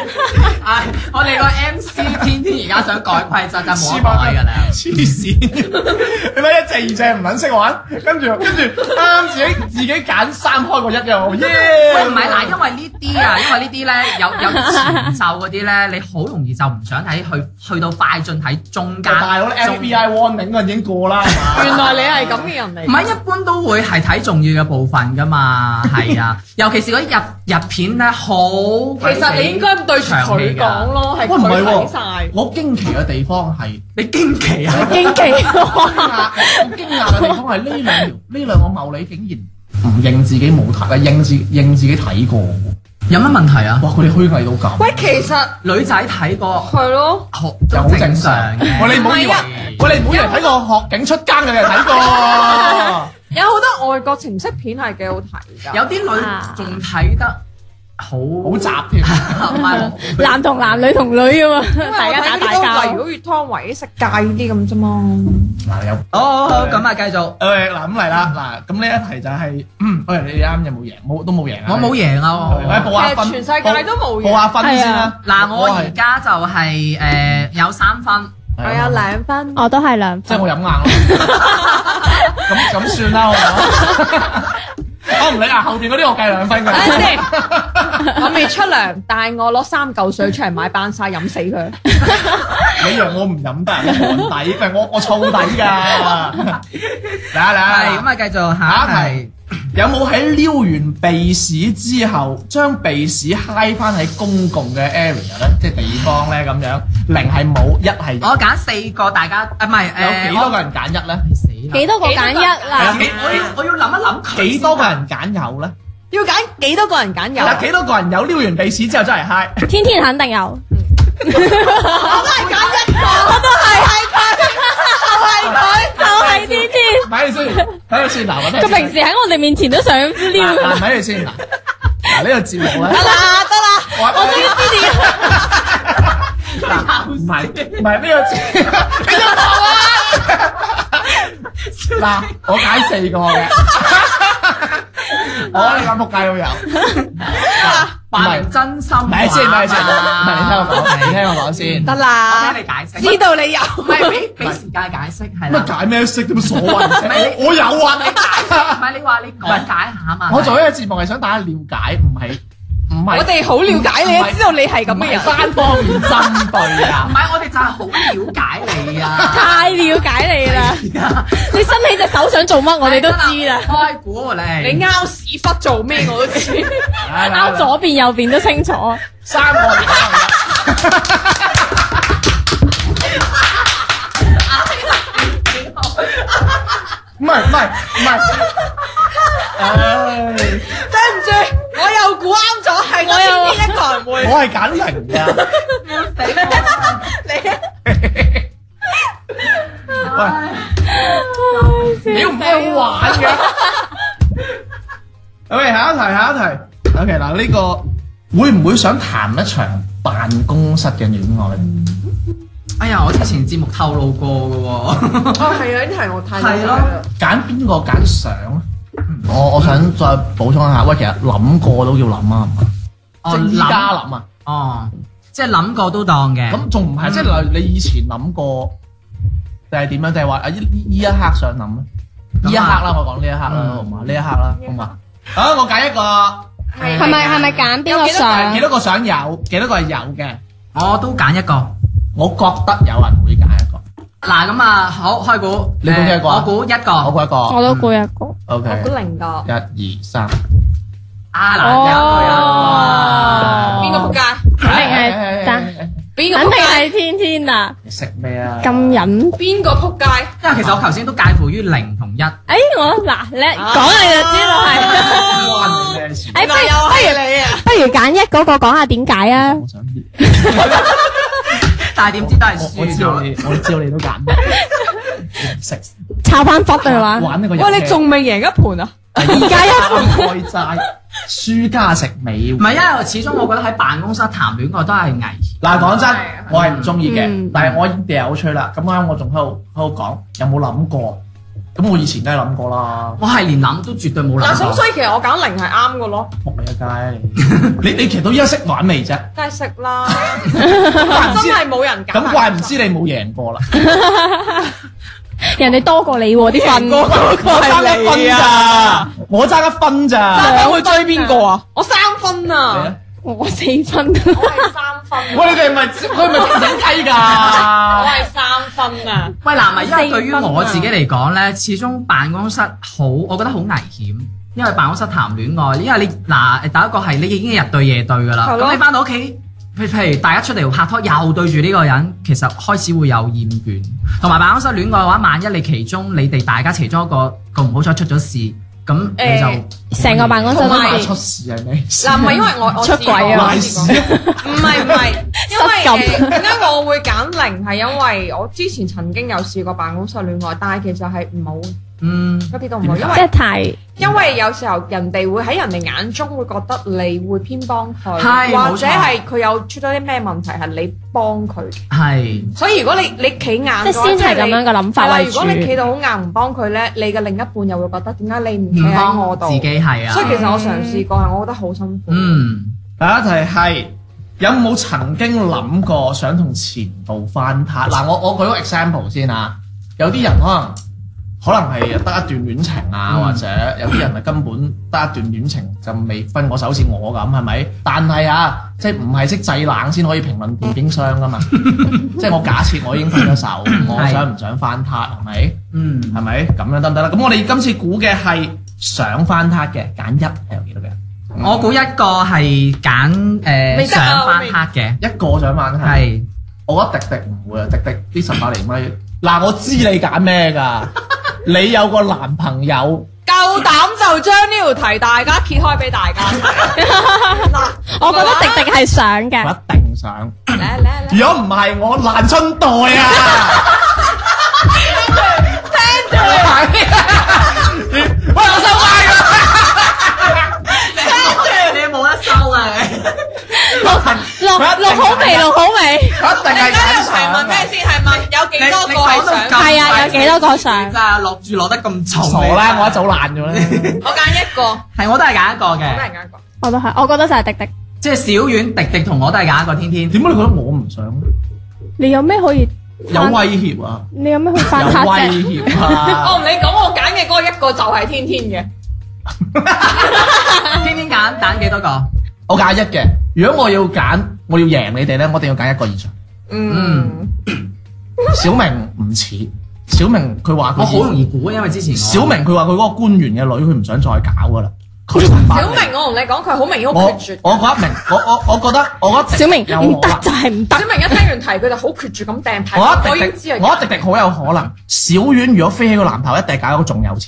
S2: 唉，我哋個 MC 天天而家想改規則，就冇
S1: 黐
S2: 得改㗎啦。
S1: 孖筋，黐線！你咪一隻二隻唔撚識玩，跟住跟住啱自己自己揀三開個一嘅我，耶！
S2: 喂，唔係嗱，因為呢啲啊，因為呢啲咧有 [laughs] 有前奏嗰啲咧，你好容易就唔想睇，去去到快進睇中間。
S1: 大佬你
S2: 中
S1: FBI warning 嗰陣已經過啦，係嘛
S7: 原來你係咁嘅人嚟
S1: 啊
S2: 唔。係一般都會係睇重要嘅部分噶
S1: [laughs]
S2: 嘛，係啊，尤其是嗰啲日日片咧，好
S7: 其實你應該對住
S2: à?
S7: 佢講咯，係
S1: 喂，唔係
S7: 佢睇
S1: 喎
S7: 晒，。
S1: 我驚奇嘅地方係。
S2: 你驚奇啊！
S4: 驚奇，
S1: 驚訝，我驚訝嘅地方係呢兩條呢兩個茂利竟然唔認自己冇睇，啊認自認自己睇過喎。
S2: 有乜問題啊？
S1: 哇！佢哋虛偽到咁，
S7: 喂，其實
S2: 女仔睇過
S7: 係咯，
S2: 好
S1: 又好正
S2: 正常
S1: 常。
S2: 嘅，
S1: 喂，你唔好以為
S7: 唔係啊，
S1: 喂，你唔好以為睇過學警出更嘅人睇過。
S7: 有好多外國情色片係幾好睇㗎。
S2: 有啲女仲睇得好
S1: 好雜添，
S2: 唔係
S4: 男同男，女同女咁嘛，
S7: 因為
S4: 大
S7: 我
S4: 家
S7: 睇
S4: 打
S7: 啲都係如
S4: 大交。
S7: 果越湯唯食界呢啲咁啫嘛。
S1: 嗱有
S2: 好好好咁啊，繼續，
S1: 誒嗱咁嚟啦嗱，咁呢一題就 [clears throat] 係嗯，喂你哋啱有冇贏？冇都冇贏啊！
S2: 我冇贏啊！
S1: 係，喂
S2: 我
S1: 報下
S7: 其實
S1: 分，
S7: 全世界都冇
S1: 報
S7: 贏
S1: 報下分先啦。
S2: 嗱，我而
S1: 係
S2: 家就係誒有三分，
S7: 我
S3: à,
S7: 有兩分，
S4: 我都係兩
S1: 即係
S4: 分，
S1: 我飲硬咯。咁咁算啦，好唔好？我唔理啊，後邊嗰啲我計兩分
S7: 等陣
S1: 㗎。
S7: 先我未出糧，但係我攞三嚿水出嚟買班沙飲死佢。
S1: 你讓我唔飲得，我寒底，唔係我我燥底㗎。嚟啊
S2: 係
S1: 嚟
S2: 咁
S1: 啊！
S2: 啊，繼續下一題。
S1: 有冇喺撩完鼻屎之後，將鼻屎揩翻喺公共嘅 area 咧，即係地方咧咁樣？零係冇，一係有。
S2: 我揀四個，大家啊唔係誒，
S1: 有幾多個
S2: 我
S1: 人揀一咧？
S2: 死啦
S4: 幾多個揀一
S2: 係啊
S4: 啦？
S2: 幾我要我要諗一諗佢先
S1: 幾多個人揀有咧？
S7: 要揀幾多個人揀有？
S1: 有幾多個人有撩完鼻屎之後真係揩？
S2: [laughs]
S4: 天天肯定有，
S7: 我都係揀一個，我都係係佢，就係佢，
S4: 就係天天。
S1: 睇住先，睇住先嗱，揾
S4: 佢平時喺我哋面前都想撩。
S1: [laughs] 嗱，睇住先嗱，嗱呢個節目咧，
S7: 得啦得啦。
S1: 我我知知嗱，唔係唔係呢個節，你都錯啊！嗱，我揀四 [laughs] 個嘅，我你個仆街都有，唔
S2: 扮
S1: 係
S2: 明真心話嘛。
S1: 咪先咪先，唔係你聽我講，你聽我講先。
S7: 得啦
S4: 啊
S2: 我，聽你解釋
S7: 知道你有，
S2: 唔係俾俾時間解釋係啦
S1: 乜。解咩色都冇所謂啫，我我有啊，你
S2: 唔係你話你講解下嘛？
S1: 我做呢個節目係想大家了解，唔係唔係
S7: 我哋好了解
S1: 唔
S7: 你，
S1: 係
S7: 知道你係咁
S1: 唔
S7: 嘅
S1: 係
S7: 人。
S1: 單方面針對 [laughs] 啊
S2: 唔。係我哋就係好了解
S4: [laughs]
S2: 你啊！
S4: 太了解你啦！你伸起隻手想做乜，我哋都知啦。
S2: 開估喎你。
S7: 你拗屎忽做咩我都知。
S4: 啱左邊右邊都清楚，
S1: 三個人唔係唔係唔係，唉，
S7: 對唔住，我又估啱咗，係我有邊一個人會？
S1: 我係揀零㗎。喂，你唔係好玩嘅。OK，下一題，下一題。OK，嗱呢個會唔會想談一場辦公室嘅戀愛？
S2: 哎呀，我之前節目透露過嘅喎。 [laughs]
S7: 哦，係啊，呢題我太了解
S2: 係咯
S7: 啦。
S1: 揀邊個揀相咧？我我想再補充一下，喂，其實諗過都要諗啊，
S2: 哦
S1: 係嘛即係依家諗啊，
S2: 哦，即係諗過都當嘅。
S1: 咁仲唔係即係例如你以前諗過，定係點樣？定係話啊依依一刻想諗咧？
S2: 咁啊
S1: 呢一刻啦，我講呢一刻啦，
S2: 嗯
S1: 好嘛？呢一刻啦，好嘛？啊，我揀一個，
S4: 係咪
S2: 啊
S4: 係咪揀邊個
S1: 幾
S4: 相？
S1: 多個想有，幾多個係有嘅？
S2: 我都揀一個。
S1: 我覺得有人會揀一個，
S2: 嗱咁啊，好開估。
S1: 你估幾多
S2: 誒
S1: 個啊
S2: 我估一
S1: 我
S2: 個。
S1: 估一個
S4: 我都估一個，
S7: 我估
S3: Dạ,
S1: ，OK，Dạ,
S7: 零個。
S1: 一二三，
S2: Ờ. 啊嗱，有一個有一個啊
S4: 哦
S2: 啊
S7: 邊個仆街？
S4: 肯定係
S1: 哎哎哎哎哎
S4: 得
S3: 邊個
S4: 肯
S3: 仆
S4: 定
S3: 街？
S4: 係天天啦，
S1: 你食咩啊？
S4: 咁飲。
S3: 邊個仆街？
S2: 因為其實我頭先都介乎於零同一。
S4: 诶，我嗱你講你就知道係。
S1: 關你咩事？
S4: 诶，
S7: 原
S4: 不
S7: 來又
S4: 如
S7: 係你啊！
S3: à?
S4: 不如揀一嗰個講下點解啊？
S1: 我想知，
S2: 但係點知都係
S1: 我我
S2: 輸
S1: 知道你
S2: 咗。，
S1: 我知道你都揀。你唔食
S4: 抄翻覆嘅話，
S1: 玩呢個遊戲。
S3: 喂，你仲未贏一盤啊？
S4: 而家一
S1: 外債輸家食美
S2: 唔係，因為我始終我覺得喺辦公室談戀愛都係危險。
S1: 嗱，講真，我係唔中意嘅
S4: 嗯，
S1: 但係我已經掉出去啦。咁啱我仲喺度喺度講，有冇諗過？咁我以前都係諗過啦， [laughs]
S2: 我係連諗都絕對冇
S3: 嗱，
S2: 諗
S3: 咁
S2: 過。
S3: 所以其實我揀零係啱嘅咯，
S1: 仆你一街！你你你其實到依家識玩未啫？
S3: 梗係食啦， [laughs] 真係冇人揀。
S1: 咁怪唔知你冇贏過啦，
S4: 人哋多過你喎啲份，
S1: 我爭一分咋，我爭一分咋。
S3: 我會追邊個啊？我三分啊，
S4: 我四分。
S3: 我係三分啊，
S1: 喂，你哋咪佢咪整雞 [laughs] 㗎？
S3: 我係三分啊。
S2: 喂，嗱，咪因為對於
S3: 四分啊
S2: 我自己嚟講咧，始終辦公室好，我覺得好危險。因為辦公室談戀愛，因為你嗱，第一個係你已經日對夜對㗎啦。
S3: 係咯
S2: 咁你翻到屋企，譬譬如大家出嚟拍拖，又對住呢個人，其實開始會有厭倦。同埋辦公室戀愛嘅話，萬一你其中你哋大家其中一個個唔好彩出咗事，咁你就
S3: 誒
S4: 成個辦公室都
S3: 同埋
S4: 係
S1: 出事係咩事？
S3: 嗱，唔係因為我
S4: [laughs]
S3: 我
S4: 出軌啊
S3: 我試過
S4: [laughs]
S3: 唔係唔係，因
S4: 失禁
S3: 為誒點解我會揀零係因為我之前曾經有試過辦公室戀愛，但係其實係唔好，
S2: 嗯
S3: 一啲都唔好，因
S4: 即係
S3: 為
S4: 太
S3: 因為有時候人哋會喺人哋眼中會覺得你會偏幫佢，
S2: 係冇錯
S3: 或者係佢有出咗啲咩問題係你幫佢嘅，
S2: 係。
S3: 所以如果你你企硬嘅話
S4: 即係先係咁樣。嘅諗
S3: 即係你係
S4: 法
S3: 啦，
S4: 為
S3: 如
S4: 主
S3: 果。你企到好硬唔幫佢咧，你嘅另一半又會覺得點解你唔企
S2: 唔
S3: 喺我
S2: 幫
S3: 度？
S2: 自己係啊
S3: 所以，其實我嘗試過，係我覺得好辛苦。
S2: 嗯，
S1: 第一題係有冇曾經諗過想同前度翻拍？嗱，我我舉個 example 先啊，有啲人可能可能係得一段戀情啊，
S2: 嗯
S1: 或者有啲人係根本得一段戀情就未分過手，好似我咁係咪？但係啊，即係唔係識制冷先可以評論電冰箱啊
S2: [laughs]
S1: 噶嘛？即係我假設我已經分咗手，我想唔想翻拍係咪？
S2: 嗯，
S1: 係咪咁樣得唔得啦？咁我哋今次估嘅係想翻拍嘅，揀一係有幾多嘅？
S2: 我估一個係揀誒
S3: 未得
S2: 呃
S3: 啊
S2: 上翻黑嘅，
S1: 一個想翻拍。
S2: 係
S1: 我覺得迪迪唔會啊，迪迪啲十八厘米。嗱，我知你揀咩 [laughs] 㗎？你有個男朋友，
S3: 夠膽就將呢條題大家揭開俾大家。 [laughs] 嗱，
S4: 我覺得迪迪係想
S1: 我
S4: 嘅，
S1: 一定想。
S3: 嚟嚟嚟，
S1: 如果唔係，我爛春袋 [laughs] 啊！聽住，聽住，喂，我收埋啦！
S2: 你冇得收啊！
S4: 錄錄好未？錄好未？
S1: 我一定係
S3: 呢
S1: 揀
S3: 條題
S1: 想
S3: 問咩
S1: 啊！
S3: 先？係問有幾多個係想
S2: 咁
S4: 係啊，
S2: 快
S4: 有幾多個想
S2: [laughs] 真？係落住落得咁重，
S1: 傻啦，我一早爛咗啦。
S3: 我揀一個，我
S2: 係我都係揀一個
S3: 都
S2: 嘅，
S3: 係揀一個。
S4: 我都係，我覺得就係迪迪。
S2: 即係小遠迪迪同我都係揀一個天 [laughs] 天。
S1: 點解你覺得我唔想？
S4: 你有咩可以
S1: 有威脅啊！
S4: 你有咩可以
S1: 有
S4: 翻拍啫？
S1: 威脅啊！
S3: [laughs] 我唔理哦講，我揀嘅嗰一個就係天天嘅。
S2: 天天揀揀幾多個？
S1: 我揀一嘅。如果我要揀，我要贏你哋咧，我一定要揀一個以上。
S3: 嗯，
S1: 小明唔似，小明佢話佢
S2: 我好容易估，因為之前我
S1: 小明佢話佢嗰個官員嘅女，佢唔想再搞噶啦。佢唔
S3: 小明，我同你講，佢好明顯好
S1: 我
S3: 決絕。
S1: 我嗰一明，我我我覺得我覺得
S4: 小明
S1: 有
S4: 唔得
S1: 可能
S4: 就係唔
S3: 小
S4: 得，
S3: 明一聽完題，佢就好決絕咁掟牌。
S1: 我
S3: 我已
S1: 一
S3: 經
S1: 定
S3: 知
S1: 我
S3: 啊。
S1: 一定定好有可能。小婉如果飛起個男頭，一定搞一個仲有錢。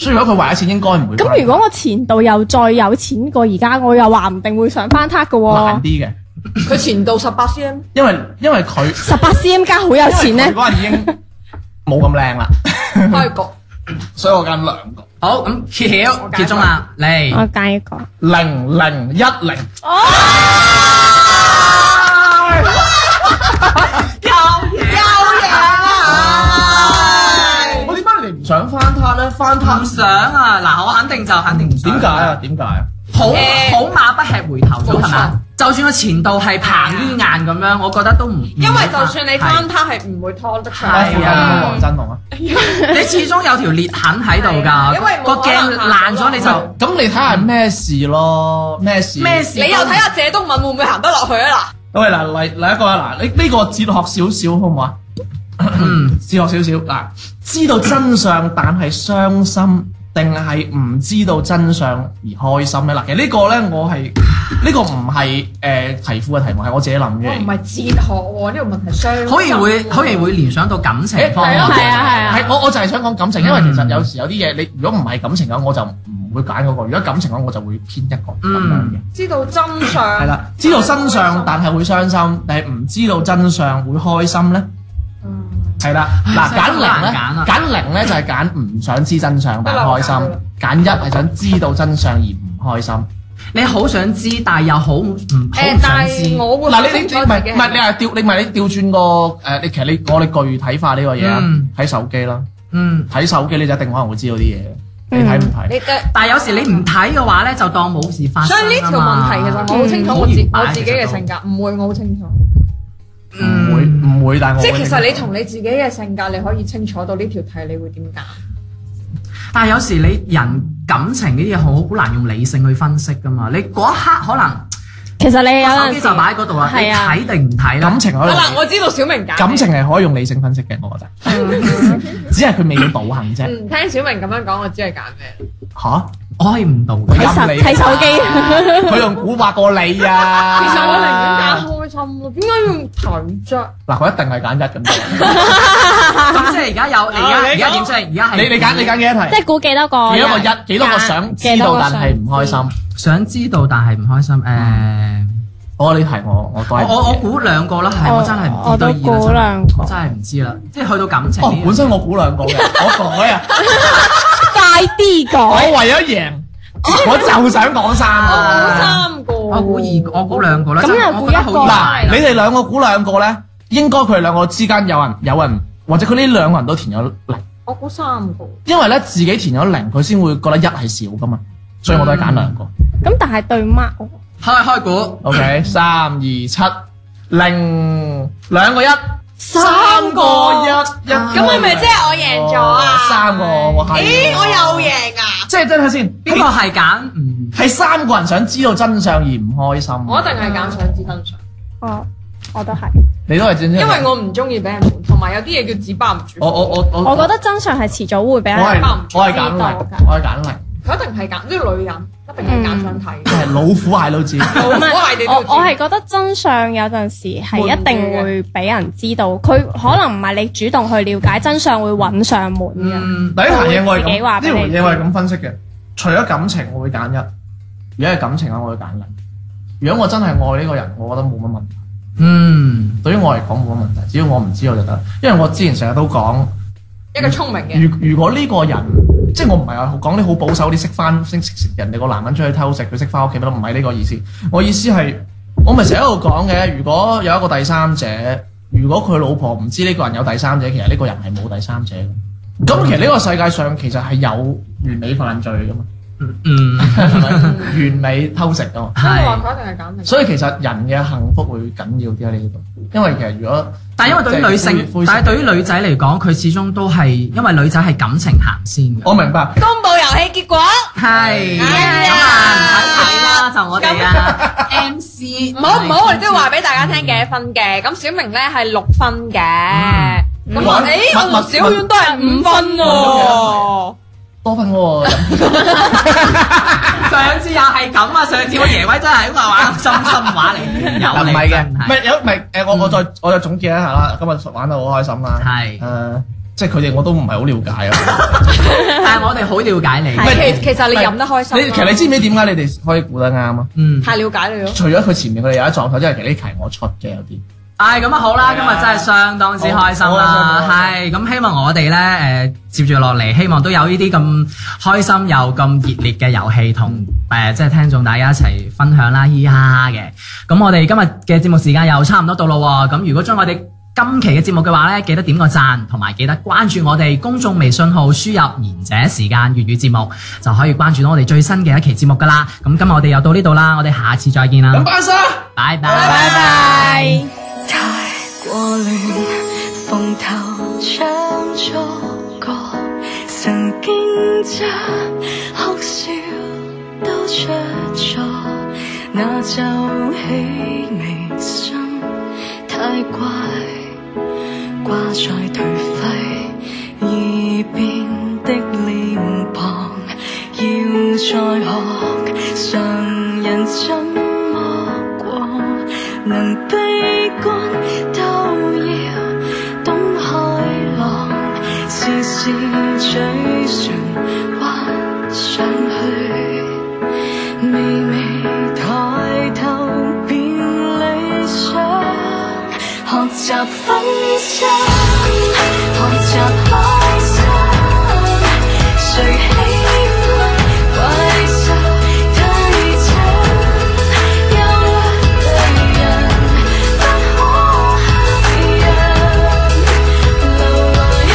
S1: 所以如果佢為咗錢，應該唔會
S4: 咁
S1: 翻。
S4: 如果我前度又再有錢過而家，我又話唔定會上翻塔嘅
S1: 難
S4: 喎。
S1: 啲嘅，
S3: 佢前度十八 cm，
S1: 因為因為佢
S4: 十八 cm 加好有錢
S1: 因為佢
S4: 咧，
S1: [laughs] 嗰陣已經冇咁靚啦， [laughs]
S3: 開局
S1: 所以我揀兩個
S2: 好咁揭曉揭中啦，
S4: 我
S2: 嚟
S4: 揀一個。
S1: 零零一零。
S2: 啊
S1: 我點解你哋唔想翻撻咧？翻
S2: 唔
S1: 撻
S2: 想啊！嗱，我肯定就肯定唔想
S1: 點解啊？？點解啊？
S2: 好
S3: 誒
S2: 好馬不吃回頭草係
S3: 冇錯
S2: 嘛？就算個前度係彭于晏咁樣，我覺得都唔
S3: 因為就算你翻他係唔會拖得長。
S2: 係啊
S1: 黃振龍啊！
S2: 係你始終有條裂痕喺度
S3: 係啊
S2: 㗎，
S3: 因為冇
S2: 個
S3: 可能
S2: 鏡爛咗你就
S1: 咁你睇下咩事咯？咩事？
S2: 咩？事都？
S3: 你又睇下謝東敏會唔會行得落去啊？
S1: 喂嗱，嚟嚟一個啊！嗱，呢呢個哲學少少好唔好啊？
S2: 嗯
S1: [clears throat] 哲學少少嗱，知道真相但係傷心，定係唔知道真相而開心咧？嗱，其實呢個咧我係呢個唔係誒題庫嘅題目，係我自己諗
S2: 哦
S1: 嘅。
S3: 我唔係哲學喎，呢個問題衰。
S2: 好易會好易會聯想到感情
S1: 誒
S2: 方面
S1: 係啊
S2: 嘅。
S4: 係啊係啊
S1: 係我我就係想講感情，因為其實
S2: 嗯
S1: 有時有啲嘢，你如果唔係感情嘅，我就唔會揀嗰個；如果感情嘅，我就會偏一個咁
S2: 嗯
S1: 樣嘅。
S3: 知道真相。
S1: 係啦，知道真相但係會傷心，但係唔知道真相會開心咧。係啦，嗱，
S2: 真係
S1: 揀
S2: 好
S1: 零
S2: 難
S1: 咧
S2: 揀啊，
S1: 揀零咧就係揀唔想知真相但係開心
S3: 不嬲
S1: 揀一係想知道真相而唔開心。
S2: 你好想知，但係又好唔好唔想知。
S3: 誒，但係我會
S1: 嗱，你你你唔係
S3: 覺得自己係
S1: 唔係你係調你唔係你調轉個誒？你其實你我哋具體化呢個嘢啊
S2: 嗯，
S1: 睇手機啦，
S2: 嗯，
S1: 睇手機你就一定可能會知道啲嘢，你睇唔睇？
S3: 你嘅-
S2: 但係有時你唔睇嘅話咧，就當冇事發生啊嘛
S3: 所以呢條問題其實我好清楚
S2: 嗯好
S3: 我自-
S2: 嚴謹，
S3: 我自己
S2: 其實
S3: 嘅
S2: 都。
S3: 性格，唔會，我好清楚。
S1: 嗯唔會唔會，但係我會
S3: 即係其實你同你自己嘅性格，你可以清楚到呢條題你會點揀。
S2: 但係有時你人感情呢啲嘢好好難用理性去分析噶嘛。你嗰一刻可能
S4: 其實你有
S2: 手
S4: 陣
S2: 機
S4: 時
S2: 就擺喺嗰度啦，你
S4: 係啊
S2: 睇定唔睇啦
S1: 感？情可以用
S3: 好啦，我知道小明揀。
S1: 嗯感情係可以用理性分析嘅，我覺得， [laughs] 只係佢未到道行啫。
S3: 嗯，聽小明咁樣講，我知係揀咩。
S1: 吓，
S2: 我可以唔到嘅。
S4: 睇手
S1: 任你啊
S4: 睇手機，
S1: [laughs] 佢用古惑過你啊！
S3: 其實我寧願揀開心咯，點解要睇啫？
S1: 嗱，佢一定係揀一咁 [laughs] 多。
S2: [laughs] 咁即係而家有，而家
S1: 啊
S2: 而
S1: 你
S2: 家
S1: 講
S2: 點先？而家係
S1: 你你揀你揀幾多題
S4: 即？係估幾多個
S1: 幾多個
S4: 人？
S1: 一？幾多個想知
S4: 幾多
S1: 道
S4: 個
S1: 但係唔開心？
S2: 想知道但係唔開心誒。
S1: 我哦呢題我我都
S2: 我
S1: 係
S2: 我我估兩個啦，係
S4: 我
S2: 我真係唔
S4: 我
S2: 知
S4: 都
S2: 對二啦
S4: 估兩
S2: 真係我真係唔知啦，即係去到感情呢
S1: 哦，
S2: 樣
S1: 本身我估兩 [laughs] 個嘅，我改啊！
S4: 快啲
S1: 我
S4: 講，
S1: 為咗贏，哦哦我就想講三個。
S3: 三個。
S2: 我估二個，我估兩個啦。
S4: 咁
S2: 真係
S4: 又
S2: 我
S4: 估
S2: 覺得
S4: 一
S2: 好
S4: 個
S2: 易
S1: 嗱，你哋兩個估兩個咧，應該佢哋兩個之間有人有人，或者佢呢兩個人都填咗零，
S3: 我估三個。
S1: 因為咧自己填咗零，佢先會覺得一係少噶嘛，所以我都係揀兩個。
S4: 咁但係對 mark 喎
S2: 開開估，
S1: OK，三二七零，兩個一，三個一，一哦
S7: 咁係咪即係我贏咗
S3: 哦
S7: 啊？
S1: 三個我係
S7: 咦，我又贏啊！
S1: 即係真係先，
S2: 邊個係揀唔
S1: 係三個人想知道真相而唔開心。
S3: 我一定係揀想知真相，
S4: 我我都係，
S1: 你都係
S3: [laughs]
S1: 真，
S3: 因為我唔鍾意俾人瞞，同埋有啲嘢叫紙包唔住。
S1: 我我我我
S4: 我覺得真相係遲早會俾
S1: 我
S4: 人
S1: 係
S3: 包唔住
S1: 我係揀
S4: 知道㗎
S1: 零，我係揀零，
S3: 佢一定係揀，呢個女人一定係揀想睇。
S1: 係老虎嗌都知。
S4: 唔係
S3: [laughs] 我係你都要
S4: 我
S3: 知。
S4: 我係覺得真相有陣時係一定會俾人知道，佢可能唔係你主動去了解真相，會揾上門嘅。
S2: 嗯
S1: 第一行嘢我係
S4: 自己
S1: 咁，呢
S4: 話
S1: 條
S4: 俾你
S1: 嘢我係咁分析嘅。除咗感情，我會揀一；如果係感情咧，我會揀零。如果我真係愛呢個人，我覺得冇乜問題。
S2: 嗯
S1: 對於我嚟講冇乜問題，只要我唔知道就得。因為我之前成日都講，
S3: 一個聰明嘅。
S1: 如如果呢個人，即係我唔係話講啲好保守啲，識翻識識人哋個男人出去偷食，佢識翻屋企乜都唔係呢個意思。我意思係，我咪成日喺度講嘅。如果有一個第三者，如果佢老婆唔知呢個人有第三者，其實呢個人係冇第三者嘅。咁其實呢個世界上其實係有完美犯罪噶嘛，
S2: 嗯，
S1: 係咪完美偷食噶嘛。
S2: 係。
S3: 因為話佢一定係揀明。
S1: 所以其實人嘅幸福會緊要啲喺呢度，因為其實如果
S2: 但係因為對於女
S1: 即係灰
S2: 性，
S1: 灰色
S2: 但係對於女仔嚟講，佢始終都係因為女仔係感情行先嘅。
S1: 我明白。
S7: 公佈遊戲結果。
S2: 係
S7: 哎呀
S2: 咁啊，唔使睇啦，就我哋啊，MC
S3: 唔好，唔好，我哋都要話俾大家聽嘅分嘅。咁小明呢係六分嘅。
S2: 嗯。
S3: 咁我-
S1: 玩-
S3: 咦，
S1: 玩-
S3: 我同小婉都係五分喎。
S1: 多分喎、
S2: [laughs] 上次又係咁啊！上次我爺位真係咁啊，玩心心話嚟，有
S1: 嗱唔
S2: 你
S1: 係嘅，
S2: 真嗯
S1: 唔
S2: 係。
S1: 係有唔係誒？我我再我再總結一下啦，今日玩得好開心啦，
S2: 係
S1: 誒，即係佢哋我都唔係好了
S2: [laughs]
S1: 解啊。
S2: 但係我哋好了解你，
S3: 其-其實你飲得開心咯。
S1: 你其實你知唔知點解你哋可以估得啱啊？
S2: 嗯，
S3: 太了解你咯。
S1: 除咗佢前面佢哋有一狀態之外，其實呢題我出嘅有啲。
S2: 唉，咁啊好啦，今日真係相當之開心啦，
S1: 好好開
S2: 係咁希望我哋咧誒接住落嚟，希望都有呢啲咁開心又咁熱烈嘅遊戲同誒即係聽眾大家一齊分享啦，嘻嘻哈哈嘅。咁我哋今日嘅節目時間又差唔多到咯喎，咁如果將我哋今期嘅節目嘅話咧，記得點個讚，同埋記得關注我哋公眾微信號，輸入賢者時間粵語節目，就可以關注到我哋最新嘅一期節目噶啦。咁今日我哋又到呢度啦，我哋下次再見啦，
S1: 咁巴沙。
S2: 拜拜。
S4: 拜拜。
S8: 太過亂，蓬頭唱作個神經質，哭笑都出錯，那就起微心，太怪，掛在頹廢易變的臉龐，要再學常人怎觀都要懂開朗，時時嘴唇彎上去，微微抬頭便理想，學習分心，學習開心，誰喜歡怪獸太真？憂鬱對人不可克忍，流來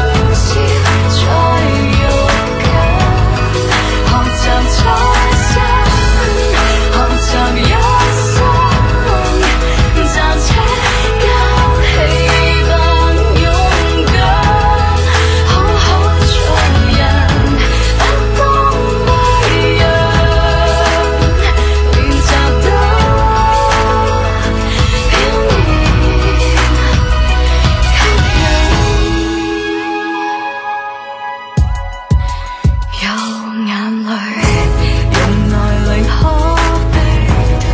S8: 心思在肉緊，學習初心，學習一生，暫且交氣扮勇敢，好好做人，不當威揚。練習得表面吸引，有眼淚用內裏可悲退，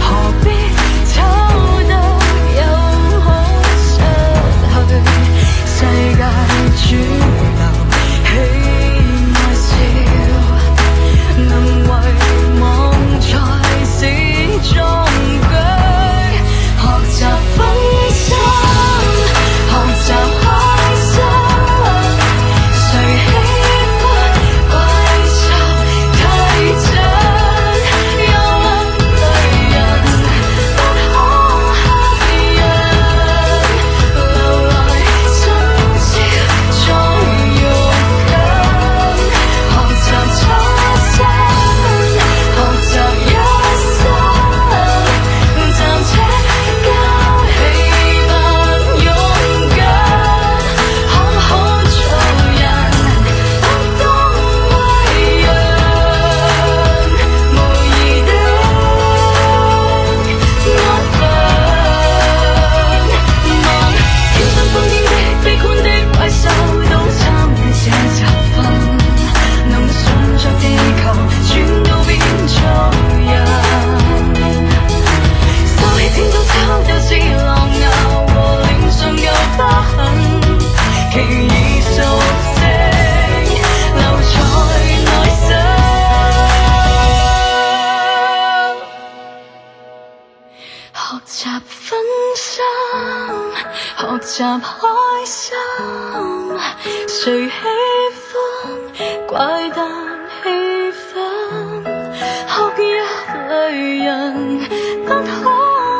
S8: 何必醜得又好失去？世界主流喜愛笑。能遺忘才是壯舉，學習分心，學習開心。誰喜歡怪獸太真？憂鬱對人不可克忍，留來深宵再肉緊。學習初心，學習一生，暫且交氣扮勇敢，好好做人，不當威揚，無意的安分，望天上瘋癲的、悲觀的怪獸都參與這集訓。能順着地球轉到變作人，收起天都拋掉是狼牙和臉上有疤痕，其已熟悉留在內心。學習分心，學習開心，誰喜歡怪誕氣氛？學一類人，不可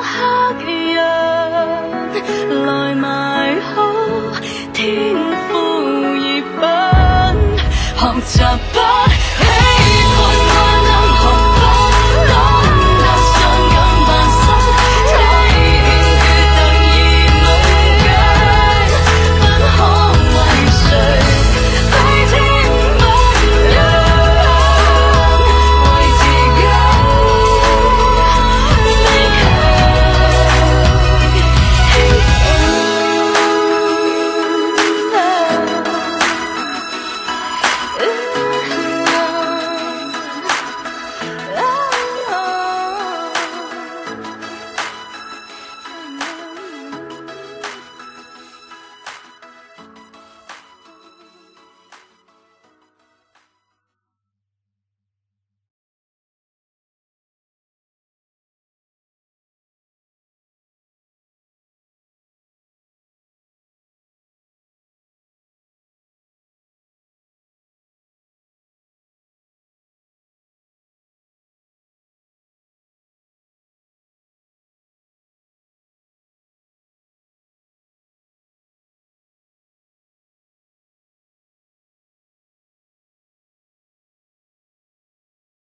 S8: 克人，來埋好天賦熱品，學習不。Vâng,